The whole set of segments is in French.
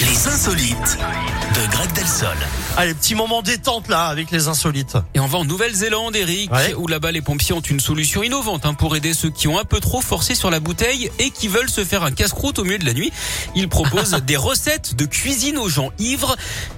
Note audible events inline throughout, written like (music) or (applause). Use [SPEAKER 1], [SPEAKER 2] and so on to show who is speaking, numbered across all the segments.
[SPEAKER 1] Les insolites de Greg Delsol.
[SPEAKER 2] Allez, petit moment détente là avec les insolites.
[SPEAKER 3] Et on va en Nouvelle-Zélande, Eric,
[SPEAKER 2] Ouais.
[SPEAKER 3] où là-bas les pompiers ont une solution innovante hein, pour aider ceux qui ont un peu trop forcé sur la bouteille et qui veulent se faire un casse-croûte au milieu de la nuit.
[SPEAKER 2] (laughs)
[SPEAKER 3] Ils proposent des recettes de cuisine aux gens ivres.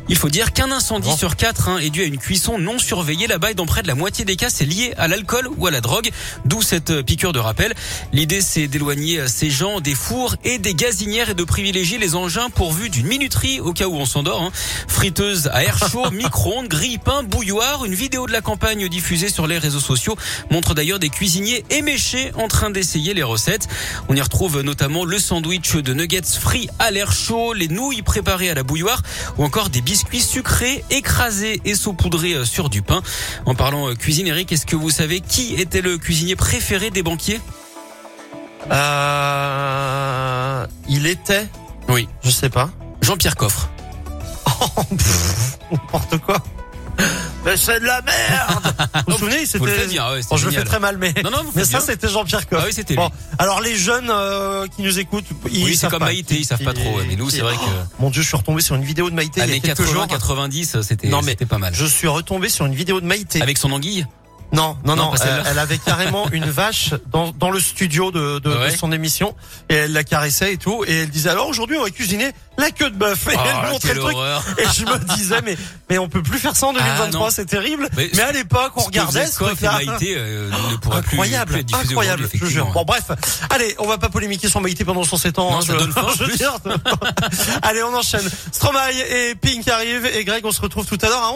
[SPEAKER 3] Il faut dire qu'un incendie
[SPEAKER 2] Bon.
[SPEAKER 3] sur quatre hein, est dû à une cuisson non surveillée là-bas et dans près de la moitié des cas c'est lié à l'alcool ou à la drogue, d'où cette euh, piqûre de rappel. L'idée c'est d'éloigner euh, ces gens des fours et des gazinières et de privilégier les engins pourvus d'une minuterie au cas où on s'endort. hein. Friteuse à air
[SPEAKER 2] (laughs)
[SPEAKER 3] chaud, micro-ondes, grille pain, bouilloire. Une vidéo de la campagne diffusée sur les réseaux sociaux montre d'ailleurs des cuisiniers éméchés en train d'essayer les recettes. On y retrouve notamment le sandwich de nuggets frits à l'air chaud, les nouilles préparées à la bouilloire ou encore des biscuits sucrés écrasés et saupoudrés euh, sur du pain. En parlant euh, cuisine, Eric, est-ce que vous savez qui était le cuisinier préféré des banquiers
[SPEAKER 2] Euh, il était,
[SPEAKER 3] Oui.
[SPEAKER 2] je sais pas. (laughs)
[SPEAKER 3] Jean-Pierre Coffre.
[SPEAKER 2] Oh, pff, N'importe quoi. Mais c'est de la
[SPEAKER 3] (laughs)
[SPEAKER 2] merde. vous vous souvenez,
[SPEAKER 3] Vous le
[SPEAKER 2] c'était.
[SPEAKER 3] faites bien, ouais, c'était
[SPEAKER 2] Bon, je le fais
[SPEAKER 3] génial.
[SPEAKER 2] très mal, mais.
[SPEAKER 3] Non, non, vous
[SPEAKER 2] mais
[SPEAKER 3] faites
[SPEAKER 2] ça,
[SPEAKER 3] bien.
[SPEAKER 2] c'était Jean-Pierre Coff.
[SPEAKER 3] Ah oui, c'était
[SPEAKER 2] Bon,
[SPEAKER 3] lui.
[SPEAKER 2] alors les jeunes euh, qui nous écoutent, ils
[SPEAKER 3] Oui, c'est
[SPEAKER 2] savent
[SPEAKER 3] comme
[SPEAKER 2] pas. Oh,
[SPEAKER 3] Maïté, ils savent pas trop. ouais, Mais nous, c'est vrai que
[SPEAKER 2] Mon Dieu, je suis retombé sur une vidéo de Maïté il y a
[SPEAKER 3] années
[SPEAKER 2] quelques
[SPEAKER 3] 80,
[SPEAKER 2] jours.
[SPEAKER 3] 90, c'était
[SPEAKER 2] Non, mais-
[SPEAKER 3] c'était pas mal.
[SPEAKER 2] Je suis retombé sur une vidéo de Maïté.
[SPEAKER 3] Avec son anguille
[SPEAKER 2] Non, non,
[SPEAKER 3] Non,
[SPEAKER 2] non.
[SPEAKER 3] pas
[SPEAKER 2] euh,
[SPEAKER 3] celle-là.
[SPEAKER 2] elle avait
[SPEAKER 3] (laughs)
[SPEAKER 2] carrément une vache dans, dans le studio de, de,
[SPEAKER 3] Ah ouais
[SPEAKER 2] de son émission et elle la caressait et tout et elle disait alors aujourd'hui on va cuisiner la queue de bœuf et
[SPEAKER 3] Oh,
[SPEAKER 2] (laughs) elle montrait
[SPEAKER 3] quelle
[SPEAKER 2] le truc
[SPEAKER 3] horreur. Ah,
[SPEAKER 2] et je me disais mais mais on peut plus faire ça en 2023
[SPEAKER 3] non.
[SPEAKER 2] c'est terrible mais,
[SPEAKER 3] Mais
[SPEAKER 2] à l'époque on
[SPEAKER 3] Ce que
[SPEAKER 2] regardait
[SPEAKER 3] faisait
[SPEAKER 2] ce
[SPEAKER 3] Coff et
[SPEAKER 2] truc-là.
[SPEAKER 3] Maïté euh, ne pourra plus- plus
[SPEAKER 2] incroyable
[SPEAKER 3] être diffusé
[SPEAKER 2] incroyable
[SPEAKER 3] aujourd'hui,
[SPEAKER 2] je jure bon
[SPEAKER 3] effectivement.
[SPEAKER 2] bref allez on va pas polémiquer sur Maïté pendant 107 ans
[SPEAKER 3] Non,
[SPEAKER 2] hein,
[SPEAKER 3] ça
[SPEAKER 2] je- (laughs)
[SPEAKER 3] donne faim, en
[SPEAKER 2] je veux
[SPEAKER 3] plus.
[SPEAKER 2] dire. allez on enchaîne Stromae et Pink arrivent et Greg on se retrouve tout à l'heure hein. à